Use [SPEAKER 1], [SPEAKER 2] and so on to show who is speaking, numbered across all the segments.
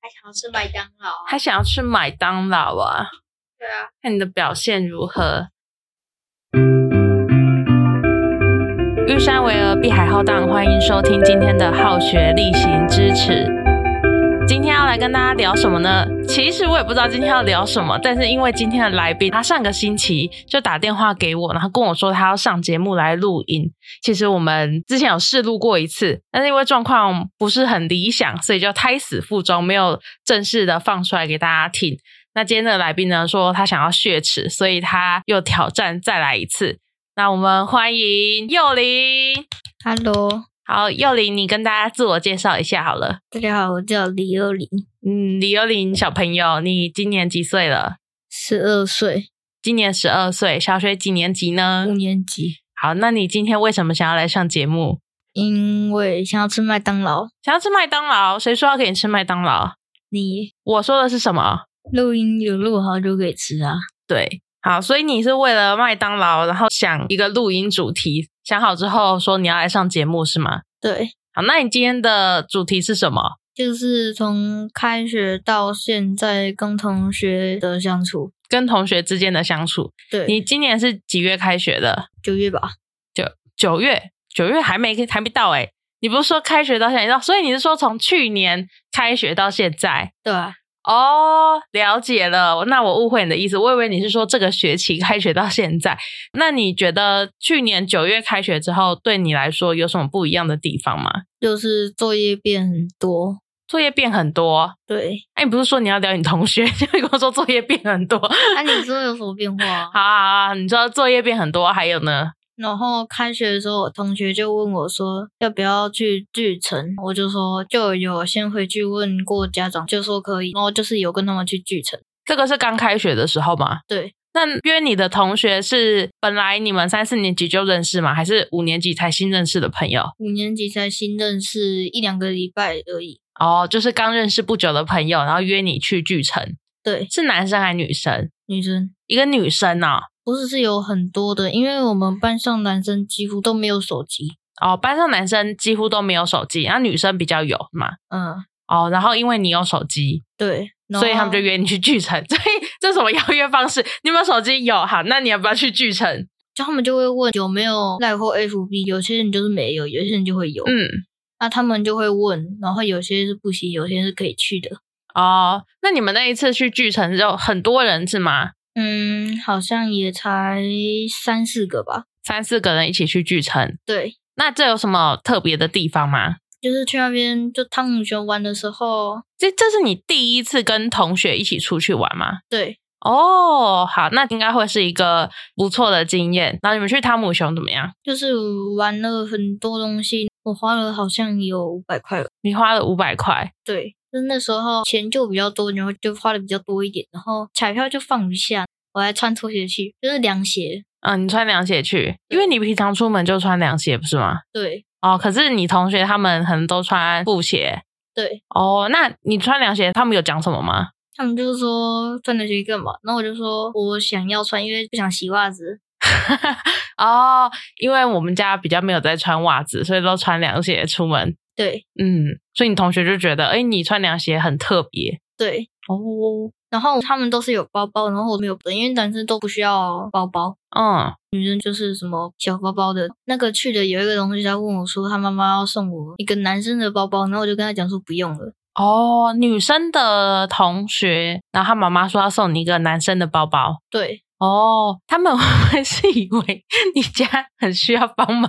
[SPEAKER 1] 还想要吃麦当劳啊？
[SPEAKER 2] 还想要去麦当劳啊？
[SPEAKER 1] 对啊，
[SPEAKER 2] 看你的表现如何。玉山维尔碧海浩荡，欢迎收听今天的好学例行支持。今天要来跟大家聊什么呢？其实我也不知道今天要聊什么，但是因为今天的来宾，他上个星期就打电话给我，然后跟我说他要上节目来录音。其实我们之前有试录过一次，但是因为状况不是很理想，所以就胎死腹中，没有正式的放出来给大家听。那今天的来宾呢，说他想要血池，所以他又挑战再来一次。那我们欢迎幼林。
[SPEAKER 3] Hello，
[SPEAKER 2] 好，幼林，你跟大家自我介绍一下好了。
[SPEAKER 3] 大家好，我叫李幼林，
[SPEAKER 2] 嗯，李幼林小朋友，你今年几岁了？
[SPEAKER 3] 十二岁，
[SPEAKER 2] 今年十二岁，小学几年级呢
[SPEAKER 3] 五？年级。
[SPEAKER 2] 好，那你今天为什么想要来上节目？
[SPEAKER 3] 因为想要吃麦当劳，
[SPEAKER 2] 想要吃麦当劳？谁说要给你吃麦当劳？
[SPEAKER 3] 你
[SPEAKER 2] 我说的是什么？
[SPEAKER 3] 录音有录好就可以吃啊。
[SPEAKER 2] 对，好，所以你是为了麦当劳，然后想一个录音主题，想好之后说你要来上节目是吗？
[SPEAKER 3] 对，
[SPEAKER 2] 好，那你今天的主题是什么？
[SPEAKER 3] 就是从开学到现在跟同学的相处。
[SPEAKER 2] 跟同学之间的相处。
[SPEAKER 3] 对，
[SPEAKER 2] 你今年是几月开学的？
[SPEAKER 3] 九月吧？
[SPEAKER 2] 九月，九月还没还没到哎、你不是说开学到现在到？所以你是说从去年开学到现在？
[SPEAKER 3] 对啊，
[SPEAKER 2] 哦，了解了。那我误会你的意思，我以为你是说这个学期开学到现在。那你觉得去年九月开学之后，对你来说有什么不一样的地方吗？
[SPEAKER 3] 就是作业变很多。
[SPEAKER 2] 作业变很多。
[SPEAKER 3] 对，
[SPEAKER 2] 哎，你不是说你要聊你同学， 就跟我说作业变很多。
[SPEAKER 3] 那、啊你说有什么变化啊、
[SPEAKER 2] 好啊，好啊，你说作业变很多，还有呢？
[SPEAKER 3] 然后开学的时候，我同学就问我说要不要去巨城，我就说就有先回去问过家长，就说可以，然后就是有跟他们去巨城。
[SPEAKER 2] 这个是刚开学的时候吗？
[SPEAKER 3] 对。
[SPEAKER 2] 那约你的同学是本来你们三四年级就认识吗？还是五年级才新认识的朋友？
[SPEAKER 3] 五年级才新认识一两个礼拜而已。
[SPEAKER 2] 哦，就是刚认识不久的朋友，然后约你去巨城，
[SPEAKER 3] 对，
[SPEAKER 2] 是男生还是女生？
[SPEAKER 3] 女生
[SPEAKER 2] 一个女生哦，
[SPEAKER 3] 不是是有很多的，因为我们班上男生几乎都没有手机。
[SPEAKER 2] 哦，班上男生几乎都没有手机，然后女生比较有嘛。
[SPEAKER 3] 嗯，
[SPEAKER 2] 哦，然后因为你有手机，
[SPEAKER 3] 对，然后
[SPEAKER 2] 所以他们就约你去巨城。 所以这是什么邀约方式？你有没有手机？有，好，那你要不要去巨城？
[SPEAKER 3] 就他们就会问有没有赖或 FB，有些人就是没有，有些人就会有。，
[SPEAKER 2] 嗯，
[SPEAKER 3] 那他们就会问，然后有些是不行，有些是可以去的。
[SPEAKER 2] 哦，那你们那一次去巨城有很多人是吗？
[SPEAKER 3] 嗯，好像也才三四个吧。
[SPEAKER 2] 三四个人一起去巨城，
[SPEAKER 3] 对，
[SPEAKER 2] 那这有什么特别的地方吗？
[SPEAKER 3] 就是去那边就汤姆熊玩的时候，
[SPEAKER 2] 这这是你第一次跟同学一起出去玩吗？
[SPEAKER 3] 对，
[SPEAKER 2] 哦，好，那应该会是一个不错的经验。然后你们去汤姆熊怎么样？
[SPEAKER 3] 就是玩了很多东西，我花了好像有五百块吧。
[SPEAKER 2] 你花了五百块，
[SPEAKER 3] 对，就是那时候钱就比较多，然后就花的比较多一点，然后彩票就放不下，我还穿拖鞋去，就是凉鞋。
[SPEAKER 2] 嗯，你穿凉鞋去，因为你平常出门就穿凉鞋不是吗？
[SPEAKER 3] 对
[SPEAKER 2] 哦，可是你同学他们可能都穿布鞋。
[SPEAKER 3] 对，
[SPEAKER 2] 哦，那你穿凉鞋，他们有讲什么吗？
[SPEAKER 3] 他们就是说穿凉鞋干嘛？然后我就说我想要穿，因为不想洗袜子。
[SPEAKER 2] 哦，因为我们家比较没有在穿袜子，所以都穿凉鞋出门。
[SPEAKER 3] 对
[SPEAKER 2] 嗯，所以你同学就觉得，哎、你穿凉鞋很特别
[SPEAKER 3] 对，
[SPEAKER 2] 哦。
[SPEAKER 3] 然后他们都是有包包，然后我没有的，因为男生都不需要包包，
[SPEAKER 2] 嗯，
[SPEAKER 3] 女生就是什么小包包的。那个去的有一个同学，他问我说他妈妈要送我一个男生的包包，然后我就跟他讲说不用了。
[SPEAKER 2] 哦，女生的同学，然后她妈妈说要送你一个男生的包包。
[SPEAKER 3] 对，
[SPEAKER 2] 哦，他们会 不会是以为 你家很需要帮 忙，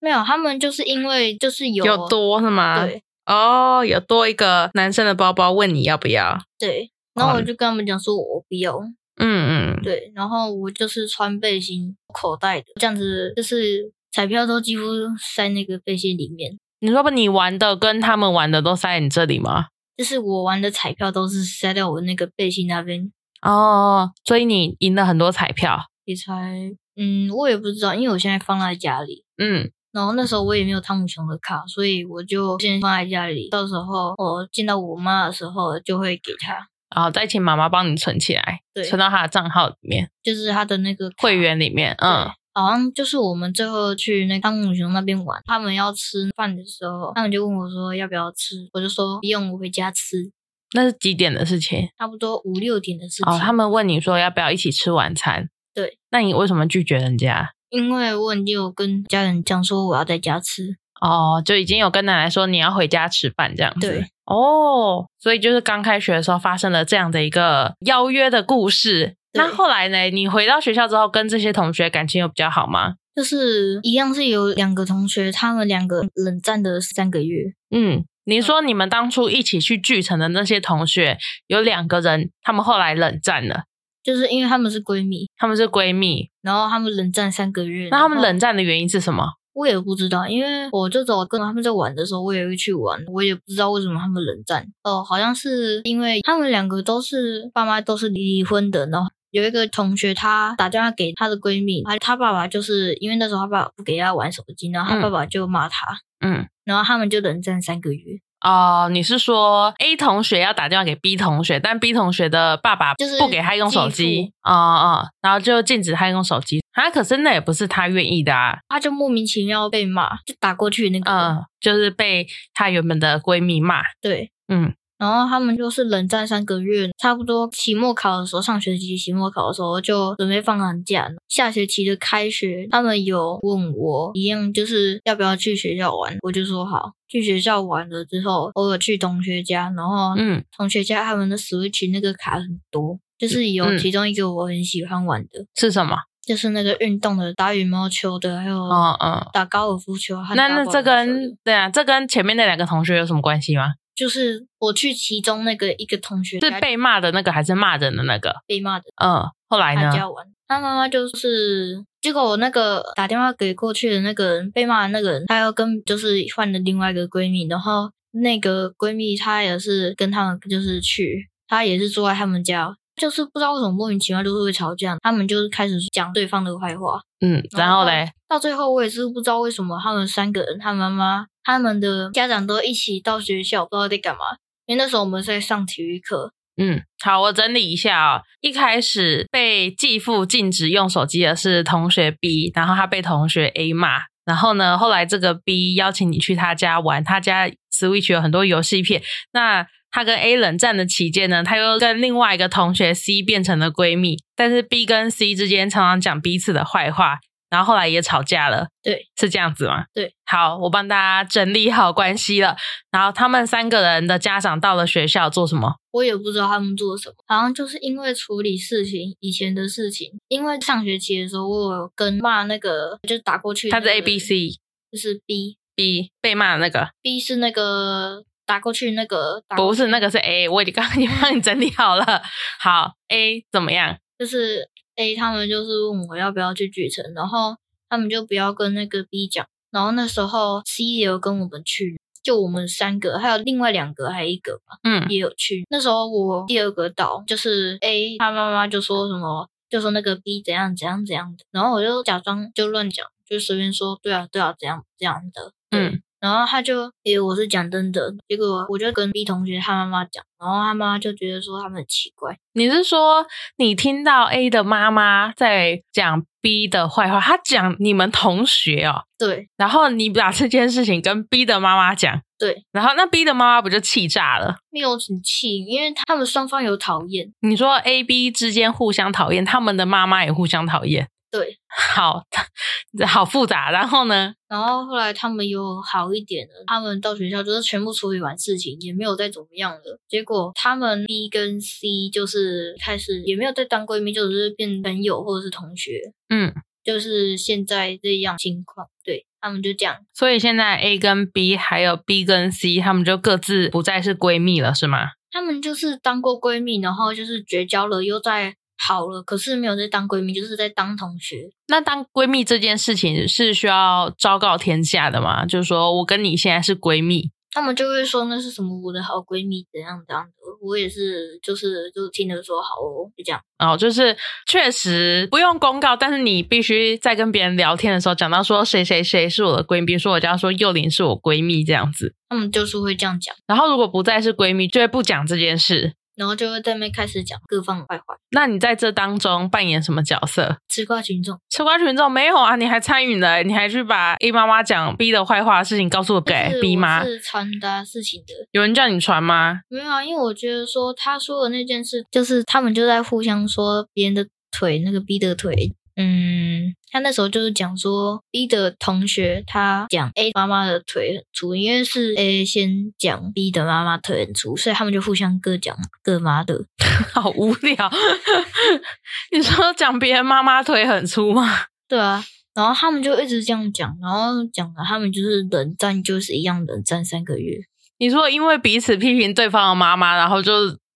[SPEAKER 3] 没有，他们就是因为就是有
[SPEAKER 2] 有多啊是吗？
[SPEAKER 3] 对
[SPEAKER 2] 哦，有多一个男生的包包，问你要不要？
[SPEAKER 3] 对，然后
[SPEAKER 2] 哦
[SPEAKER 3] 我就跟他们讲说我不要，
[SPEAKER 2] 嗯嗯，
[SPEAKER 3] 对，然后我就是穿背心口袋的，这样子就是彩票都几乎塞那个背心里面，
[SPEAKER 2] 你说不，你玩的跟他们玩的都塞你这里吗？
[SPEAKER 3] 就是我玩的彩票都是塞到我那个背心那边，
[SPEAKER 2] 哦，所以你赢了很多彩票。
[SPEAKER 3] 也才，嗯，我也不知道，因为我现在放在家里，
[SPEAKER 2] 嗯，
[SPEAKER 3] 然后那时候我也没有汤姆熊的卡，所以我就先放在家里，到时候我见到我妈的时候就会给她，
[SPEAKER 2] 然后再请妈妈帮你存起来，
[SPEAKER 3] 对
[SPEAKER 2] 存到她的账号里面，
[SPEAKER 3] 就是她的那个卡
[SPEAKER 2] 会，员里面。嗯
[SPEAKER 3] 对，好像就是我们最后去那汤姆熊那边玩，他们要吃饭的时候，他们就问我说要不要吃，我就说不用，我回家吃。
[SPEAKER 2] 那是几点的事情？
[SPEAKER 3] 差不多五六点的事情。
[SPEAKER 2] 哦，他们问你说要不要一起吃晚餐？
[SPEAKER 3] 对。
[SPEAKER 2] 那你为什么拒绝人家？
[SPEAKER 3] 因为我已经有跟家人讲说我要在家吃，
[SPEAKER 2] 哦，就已经有跟奶奶说你要回家吃饭这样子。
[SPEAKER 3] 对。
[SPEAKER 2] 哦，所以就是刚开学的时候发生了这样的一个邀约的故事。
[SPEAKER 3] 对
[SPEAKER 2] 那后来呢？你回到学校之后，跟这些同学感情有比较好吗？
[SPEAKER 3] 就是一样是有两个同学，他们两个冷战的三个月。
[SPEAKER 2] 嗯，你说你们当初一起去聚城的那些同学，有两个人，他们后来冷战了，
[SPEAKER 3] 就是因为她们是闺蜜，
[SPEAKER 2] 他们是闺蜜。
[SPEAKER 3] 然后她们冷战三个月。
[SPEAKER 2] 那他们
[SPEAKER 3] 然后
[SPEAKER 2] 冷战的原因是什么？
[SPEAKER 3] 我也不知道，因为我就走跟他们在玩的时候，我也会去玩，我也不知道为什么他们冷战。哦、好像是因为他们两个都是爸妈都是离婚的，然后。有一个同学，她打电话给她的闺蜜，她她爸爸就是因为那时候她爸爸不给她玩手机，然后她
[SPEAKER 2] 嗯
[SPEAKER 3] 爸爸就骂她，
[SPEAKER 2] 嗯，
[SPEAKER 3] 然后他们就冷战三个月，
[SPEAKER 2] 哦，你是说 A 同学要打电话给 B 同学，但 B 同学的爸爸
[SPEAKER 3] 就是
[SPEAKER 2] 不给他用手
[SPEAKER 3] 继
[SPEAKER 2] 机，哦哦，然后就禁止他用手机。啊，可是那也不是他愿意的啊，
[SPEAKER 3] 她就莫名其妙被骂，就打过去那个，
[SPEAKER 2] 嗯，就是被她原本的闺蜜骂，
[SPEAKER 3] 对，
[SPEAKER 2] 嗯，
[SPEAKER 3] 然后他们就是冷战三个月，差不多期末考的时候，上学期期末考的时候就准备放寒假了。下学期的开学，他们有问我一样，就是要不要去学校玩，我就说好。去学校玩了之后，偶尔去同学家，然后
[SPEAKER 2] 嗯
[SPEAKER 3] 同学家他们的 Switch 那个卡很多，就是有
[SPEAKER 2] 嗯
[SPEAKER 3] 其中一个我很喜欢玩的，
[SPEAKER 2] 是什么？
[SPEAKER 3] 就是那个运动的，打羽毛球的，还有
[SPEAKER 2] 嗯嗯。
[SPEAKER 3] 打高尔夫球和
[SPEAKER 2] 那
[SPEAKER 3] 打
[SPEAKER 2] 那
[SPEAKER 3] 保龄
[SPEAKER 2] 这
[SPEAKER 3] 球的
[SPEAKER 2] 跟对啊，这跟前面那两个同学有什么关系吗？
[SPEAKER 3] 就是我去其中那个一个同学
[SPEAKER 2] 是
[SPEAKER 3] 家
[SPEAKER 2] 被骂的那个还是骂人的那个？
[SPEAKER 3] 被骂的。
[SPEAKER 2] 嗯，后来
[SPEAKER 3] 他
[SPEAKER 2] 呢？
[SPEAKER 3] 家玩。他妈妈就是，结果我那个打电话给过去的那个人，被骂的那个人，他要跟就是换了另外一个闺蜜，然后那个闺蜜她也是跟他们就是去，她也是住在他们家，就是不知道为什么莫名其妙就是会吵架，他们就是开始讲对方的坏话，
[SPEAKER 2] 嗯，然后嘞，
[SPEAKER 3] 到最后我也是不知道为什么他们三个人，他妈妈、他们的家长都一起到学校，不知道在干嘛。因为那时候我们是在上体育课，
[SPEAKER 2] 嗯，好，我整理一下哦。一开始被继父禁止用手机的是同学 B，然后他被同学 A 骂，然后呢，后来这个 B 邀请你去他家玩，他家 Switch 有很多游戏片。那他跟 A 冷战的期间呢，他又跟另外一个同学 C 变成了闺蜜，但是 B 跟 C 之间常常讲彼此的坏话，然后后来也吵架了。
[SPEAKER 3] 对，
[SPEAKER 2] 是这样子吗？
[SPEAKER 3] 对，
[SPEAKER 2] 好，我帮大家整理好关系了。然后他们三个人的家长到了学校做什么？
[SPEAKER 3] 我也不知道他们做什么，好像就是因为处理事情以前的事情，因为上学期的时候，我有跟骂那个就打过去、
[SPEAKER 2] 他是 A B C
[SPEAKER 3] 就是 B
[SPEAKER 2] B 被骂的那个，
[SPEAKER 3] B 是那个打过去那个打过
[SPEAKER 2] 不
[SPEAKER 3] 去
[SPEAKER 2] 是那个是 A，我已经刚 刚已经帮你整理好了。好，A 怎么样？
[SPEAKER 3] 就是 A 他们就是问我要不要去聚城，然后他们就不要跟那个 B 讲，然后那时候 C 也有跟我们去，就我们三个，还有另外两个，还有一个吧
[SPEAKER 2] 嗯
[SPEAKER 3] 也有去。那时候我第二个到，就是 A 他妈妈就说什么，就说那个 B 怎样怎样怎样的，然后我就假装就乱讲，就随便说对啊对啊怎样怎样的，对
[SPEAKER 2] 嗯
[SPEAKER 3] 然后他就以为我是讲真的，结果我就跟 B 同学他妈妈讲，然后他妈妈就觉得说他们很奇怪，
[SPEAKER 2] 你是说你听到 A 的妈妈在讲 B 的坏话，她讲你们同学哦，
[SPEAKER 3] 对，
[SPEAKER 2] 然后你把这件事情跟 B 的妈妈讲，
[SPEAKER 3] 对，
[SPEAKER 2] 然后那 B 的妈妈不就气炸了？
[SPEAKER 3] 没有很气，因为他们双方有讨厌，
[SPEAKER 2] 你说 A、B 之间互相讨厌，他们的妈妈也互相讨厌，
[SPEAKER 3] 对。
[SPEAKER 2] 好， 好复杂。然后呢？
[SPEAKER 3] 然后后来他们有好一点了，他们到学校就是全部处理完事情，也没有再怎么样了。结果他们 B 跟 C 就是开始也没有再当闺蜜，就只是变朋友或者是同学，
[SPEAKER 2] 嗯，
[SPEAKER 3] 就是现在这样情况。对他们就这样，
[SPEAKER 2] 所以现在 A 跟 B 还有 B 跟 C，他们就各自不再是闺蜜了，是吗？
[SPEAKER 3] 他们就是当过闺蜜，然后就是绝交了，又再好了，可是没有再当闺蜜，就是在当同学。
[SPEAKER 2] 那当闺蜜这件事情是需要昭告天下的吗？就是说我跟你现在是闺蜜，
[SPEAKER 3] 他们就会说那是什么我的好闺蜜怎样怎样的，我也是就是就听着说好哦，就这样。
[SPEAKER 2] 哦，就是确实不用公告，但是你必须在跟别人聊天的时候讲到说谁谁谁是我的闺蜜，比如说我就要说幼玲是我闺蜜这样子。
[SPEAKER 3] 他们就是会这样讲，
[SPEAKER 2] 然后如果不再是闺蜜，就会不讲这件事。
[SPEAKER 3] 然后就会在那边开始讲各方的坏话，
[SPEAKER 2] 那你在这当中扮演什么角色？
[SPEAKER 3] 吃瓜群众。
[SPEAKER 2] 吃瓜群众没有啊？你还参与了，你还去把 A 妈妈讲 B 的坏话的事情告诉
[SPEAKER 3] 但
[SPEAKER 2] 给
[SPEAKER 3] 是
[SPEAKER 2] B
[SPEAKER 3] 我
[SPEAKER 2] 妈？
[SPEAKER 3] 是传达事情的，
[SPEAKER 2] 有人叫你传吗？
[SPEAKER 3] 没有啊，因为我觉得说他说的那件事，就是他们就在互相说别人的腿，那个 B 的腿。嗯，他那时候就是讲说，B 的同学他讲 A 妈妈的腿很粗，因为是 A 先讲 B 的妈妈腿很粗，所以他们就互相各讲各妈的。
[SPEAKER 2] 好无聊。 你说讲别人妈妈腿很粗吗？
[SPEAKER 3] 对啊，然后他们就一直这样讲，然后讲了他们就是冷战，就是一样冷战三个月。
[SPEAKER 2] 你说因为彼此批评对方的妈妈，然后就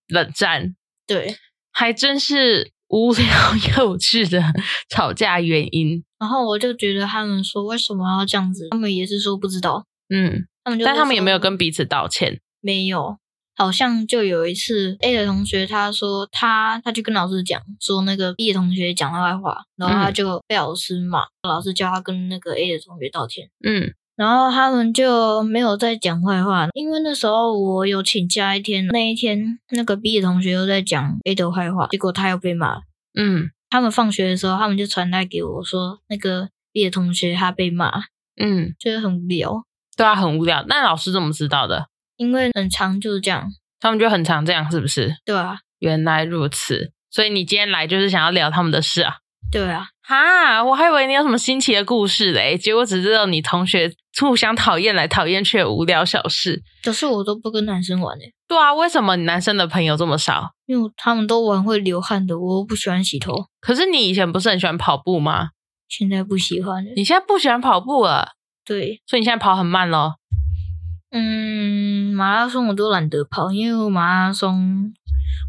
[SPEAKER 2] 冷战，
[SPEAKER 3] 对，
[SPEAKER 2] 还真是无聊又稚的吵架原因。
[SPEAKER 3] 然后我就觉得他们说为什么要这样子，他们也是说不知道，
[SPEAKER 2] 嗯，
[SPEAKER 3] 他们就
[SPEAKER 2] 但他们也
[SPEAKER 3] 也
[SPEAKER 2] 没有跟彼此道歉。
[SPEAKER 3] 没有，好像就有一次 A 的同学他说他他就跟老师讲说那个 B 的同学讲他坏话，然后他
[SPEAKER 2] 嗯
[SPEAKER 3] 就被老师骂，老师叫他跟那个 A 的同学道歉。
[SPEAKER 2] 嗯
[SPEAKER 3] 然后他们就没有再讲坏话，因为那时候我有请假一天，那一天那个 B 的同学又在讲 A 的坏话，结果他又被骂了。
[SPEAKER 2] 嗯
[SPEAKER 3] 他们放学的时候，他们就传来给我说，那个 B 的同学他被骂，
[SPEAKER 2] 嗯，
[SPEAKER 3] 就是很无聊，
[SPEAKER 2] 对啊，很无聊。那老师怎么知道的？
[SPEAKER 3] 因为很长就是这样，
[SPEAKER 2] 他们就很常这样，是不是？
[SPEAKER 3] 对啊，
[SPEAKER 2] 原来如此。所以你今天来就是想要聊他们的事啊？
[SPEAKER 3] 对啊，
[SPEAKER 2] 哈，我还以为你有什么新奇的故事嘞，结果只知道你同学互相讨厌来讨厌去的无聊小事。
[SPEAKER 3] 可是我都不跟男生玩诶、欸
[SPEAKER 2] 对啊，为什么你男生的朋友这么少？
[SPEAKER 3] 因为他们都玩会流汗的，我又不喜欢洗头，
[SPEAKER 2] 可是你以前不是很喜欢跑步吗？
[SPEAKER 3] 现在不喜欢了。
[SPEAKER 2] 你现在不喜欢跑步了，
[SPEAKER 3] 对，
[SPEAKER 2] 所以你现在跑很慢咯。
[SPEAKER 3] 嗯，马拉松我都懒得跑，因为我马拉松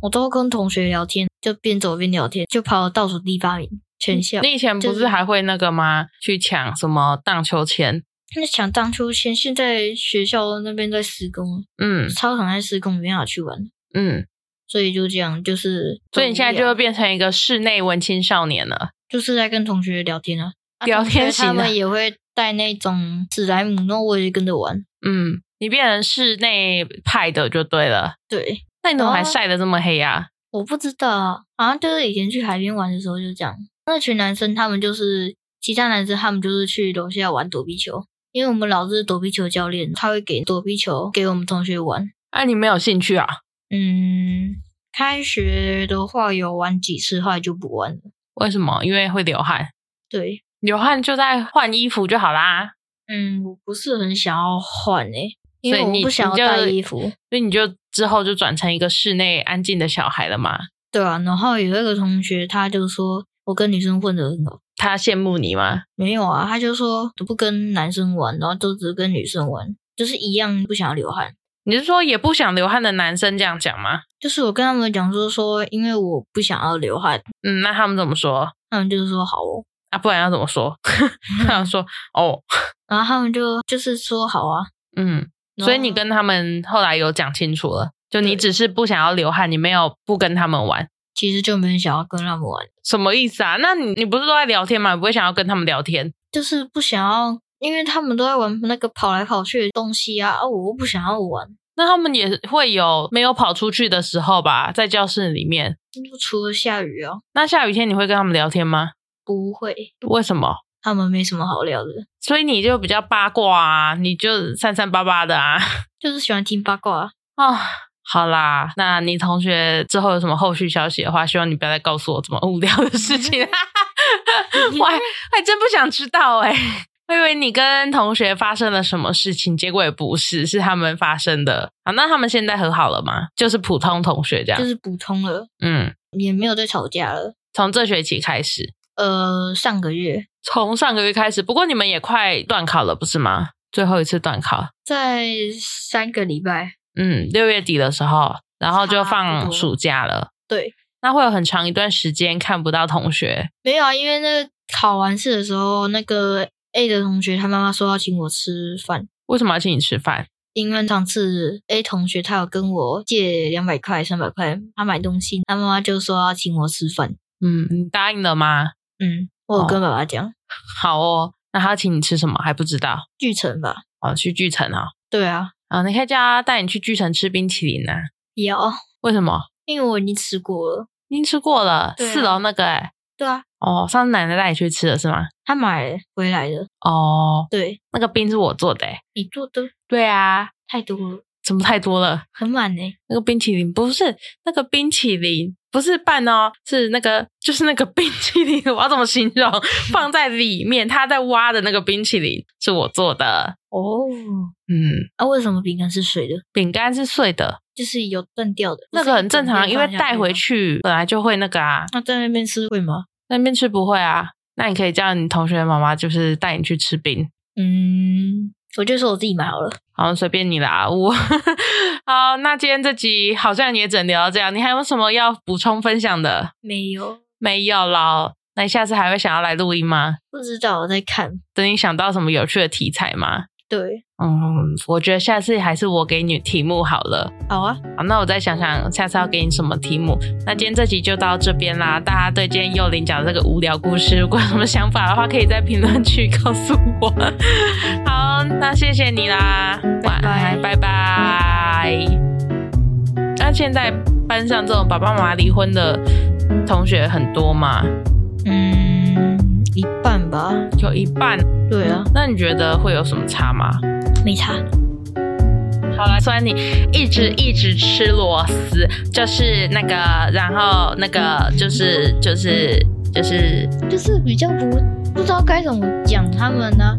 [SPEAKER 3] 我都跟同学聊天，就边走边聊天，就跑到倒数第八名，全校。
[SPEAKER 2] 你以前不
[SPEAKER 3] 就是是
[SPEAKER 2] 还会那个吗？去抢什么荡秋千？
[SPEAKER 3] 那想荡秋千，现在学校那边在施工，
[SPEAKER 2] 嗯
[SPEAKER 3] 操场在施工，没办法去玩，
[SPEAKER 2] 嗯，
[SPEAKER 3] 所以就这样，就是
[SPEAKER 2] 所以你现在就会
[SPEAKER 3] 很无聊
[SPEAKER 2] 变成一个室内文青少年了。
[SPEAKER 3] 就是在跟同学聊天啊，啊
[SPEAKER 2] 聊天
[SPEAKER 3] 同学他
[SPEAKER 2] 型的
[SPEAKER 3] 们也会带那种史莱姆，然后我也跟着玩，
[SPEAKER 2] 嗯，你变成室内派的就对了。
[SPEAKER 3] 对。
[SPEAKER 2] 那你怎么还
[SPEAKER 3] 哦
[SPEAKER 2] 晒得这么黑啊？
[SPEAKER 3] 我不知道啊，好像就是以前去海边玩的时候就这样。那群男生他们就是其他男生，他们就是去楼下玩躲避球，因为我们老师是躲避球教练，他会给躲避球给我们同学玩。
[SPEAKER 2] 啊，你没有兴趣啊？
[SPEAKER 3] 嗯，开学的话有玩几次，后来就不玩了。
[SPEAKER 2] 为什么？因为会流汗，
[SPEAKER 3] 对，
[SPEAKER 2] 流汗就在换衣服就好啦。
[SPEAKER 3] 嗯，我不是很想要换诶、因
[SPEAKER 2] 所以
[SPEAKER 3] 为
[SPEAKER 2] 你
[SPEAKER 3] 我不想要
[SPEAKER 2] 你就
[SPEAKER 3] 带衣服。
[SPEAKER 2] 所以你就之后就转成一个室内安静的小孩了嘛？
[SPEAKER 3] 对啊，然后有一个同学他就说我跟女生混得很好，
[SPEAKER 2] 他羡慕你吗？
[SPEAKER 3] 没有啊，他就说不跟男生玩，然后都只跟女生玩，就是一样不想要流汗。
[SPEAKER 2] 你是说也不想流汗的男生这样讲吗？
[SPEAKER 3] 就是我跟他们讲说说，因为我不想要流汗，
[SPEAKER 2] 嗯，那他们怎么说
[SPEAKER 3] 他们就是说好哦，
[SPEAKER 2] 啊？不然要怎么说？ 他们说哦，
[SPEAKER 3] 然后他们就就是说好啊。
[SPEAKER 2] 嗯，
[SPEAKER 3] 然后
[SPEAKER 2] 所以你跟他们后来有讲清楚了，就你
[SPEAKER 3] 对
[SPEAKER 2] 只是不想要流汗，你没有不跟他们玩，
[SPEAKER 3] 其实就没人想要跟他们玩，
[SPEAKER 2] 什么意思啊？那你你不是都在聊天吗？你不会想要跟他们聊天？
[SPEAKER 3] 就是不想要，因为他们都在玩那个跑来跑去的东西啊，啊，我又不想要玩。
[SPEAKER 2] 那他们也会有没有跑出去的时候吧，在教室里面。
[SPEAKER 3] 就除了下雨啊，
[SPEAKER 2] 那下雨天你会跟他们聊天吗？
[SPEAKER 3] 不会，
[SPEAKER 2] 为什么？
[SPEAKER 3] 他们没什么好聊的，
[SPEAKER 2] 所以你就比较八卦啊，你就三三八八的啊。
[SPEAKER 3] 就是喜欢听八卦啊。
[SPEAKER 2] 啊、好啦，那你同学之后有什么后续消息的话，希望你不要再告诉我这么无聊的事情。 我还还真不想知道哎、 我以为你跟同学发生了什么事情，结果也不是，是他们发生的。好，那他们现在和好了吗？就是普通同学这样。
[SPEAKER 3] 就是普通了，
[SPEAKER 2] 嗯，
[SPEAKER 3] 也没有在吵架了。
[SPEAKER 2] 从这学期开始，
[SPEAKER 3] 呃，上个月
[SPEAKER 2] 从上个月开始。不过你们也快断考了，不是吗？最后一次断考，
[SPEAKER 3] 在三个礼拜，
[SPEAKER 2] 嗯，六月底的时候，然后就
[SPEAKER 3] 差不
[SPEAKER 2] 放
[SPEAKER 3] 多
[SPEAKER 2] 暑假了。
[SPEAKER 3] 对，
[SPEAKER 2] 那会有很长一段时间看不到同学，
[SPEAKER 3] 没有啊，因为那个考完试的时候，那个 A 的同学他妈妈说要请我吃饭，
[SPEAKER 2] 为什么要请你吃饭？
[SPEAKER 3] 因为上次 A 同学他有跟我借两百块、三百块，他买东西，他妈妈就说要请我吃饭。
[SPEAKER 2] 嗯，你答应了吗？
[SPEAKER 3] 嗯，我有跟
[SPEAKER 2] 哦
[SPEAKER 3] 爸爸讲
[SPEAKER 2] 好哦，那他请你吃什么还不知道？
[SPEAKER 3] 巨城吧。
[SPEAKER 2] 哦，去巨城啊、
[SPEAKER 3] 对啊，
[SPEAKER 2] 啊，你可以叫他带你去巨城吃冰淇淋啊。
[SPEAKER 3] 也要，哦
[SPEAKER 2] 为什么？
[SPEAKER 3] 因为我已经吃过了。
[SPEAKER 2] 已经吃过了，
[SPEAKER 3] 对啊
[SPEAKER 2] 四楼那个哎、
[SPEAKER 3] 对啊，
[SPEAKER 2] 哦，上次奶奶带你去吃的是吗？
[SPEAKER 3] 他买回来的，
[SPEAKER 2] 哦，
[SPEAKER 3] 对
[SPEAKER 2] 那个冰是我做的、欸，
[SPEAKER 3] 你做的
[SPEAKER 2] 对啊，
[SPEAKER 3] 太多了，
[SPEAKER 2] 怎么太多了？
[SPEAKER 3] 很满呢、
[SPEAKER 2] 那个冰淇淋不是那个冰淇淋，不是拌哦，是那个就是那个冰淇淋，我要怎么形容？放在里面，他在挖的那个冰淇淋是我做的，
[SPEAKER 3] 哦，
[SPEAKER 2] 嗯，
[SPEAKER 3] 啊，为什么饼干是水的？
[SPEAKER 2] 饼干是碎的，
[SPEAKER 3] 就是有断掉的，
[SPEAKER 2] 那个很正常，因为带回
[SPEAKER 3] 去。
[SPEAKER 2] 去本来就会那个啊，
[SPEAKER 3] 那在那边吃会吗？
[SPEAKER 2] 那边吃不会啊。那你可以叫你同学的妈妈，就是带你去吃冰，
[SPEAKER 3] 嗯，我就说我自己买好了。
[SPEAKER 2] 好像随便你啦。我 好，那今天这集好像也整聊到这样，你还有什么要补充分享的？
[SPEAKER 3] 没有，
[SPEAKER 2] 没有啦。那你下次还会想要来录音吗？
[SPEAKER 3] 不知道我在看。
[SPEAKER 2] 等你想到什么有趣的题材吗？
[SPEAKER 3] 对，
[SPEAKER 2] 嗯，我觉得下次还是我给你题目好了。
[SPEAKER 3] 好啊，
[SPEAKER 2] 好，那我再想想下次要给你什么题目。那今天这集就到这边啦。大家对今天幼林讲的这个无聊故事，如果有什么想法的话，可以在评论区告诉我。好，那谢谢你啦，晚安，拜拜。那现在班上这种爸爸妈妈离婚的同学很多嘛，
[SPEAKER 3] 嗯，一半吧。
[SPEAKER 2] 有一半。
[SPEAKER 3] 对啊，
[SPEAKER 2] 那你觉得会有什么差吗？
[SPEAKER 3] 没差。
[SPEAKER 2] 好了，虽然你一直一直吃螺丝，就是那个，然后那个就是就是就是
[SPEAKER 3] 就是比较不不知道该怎么讲他们呢、啊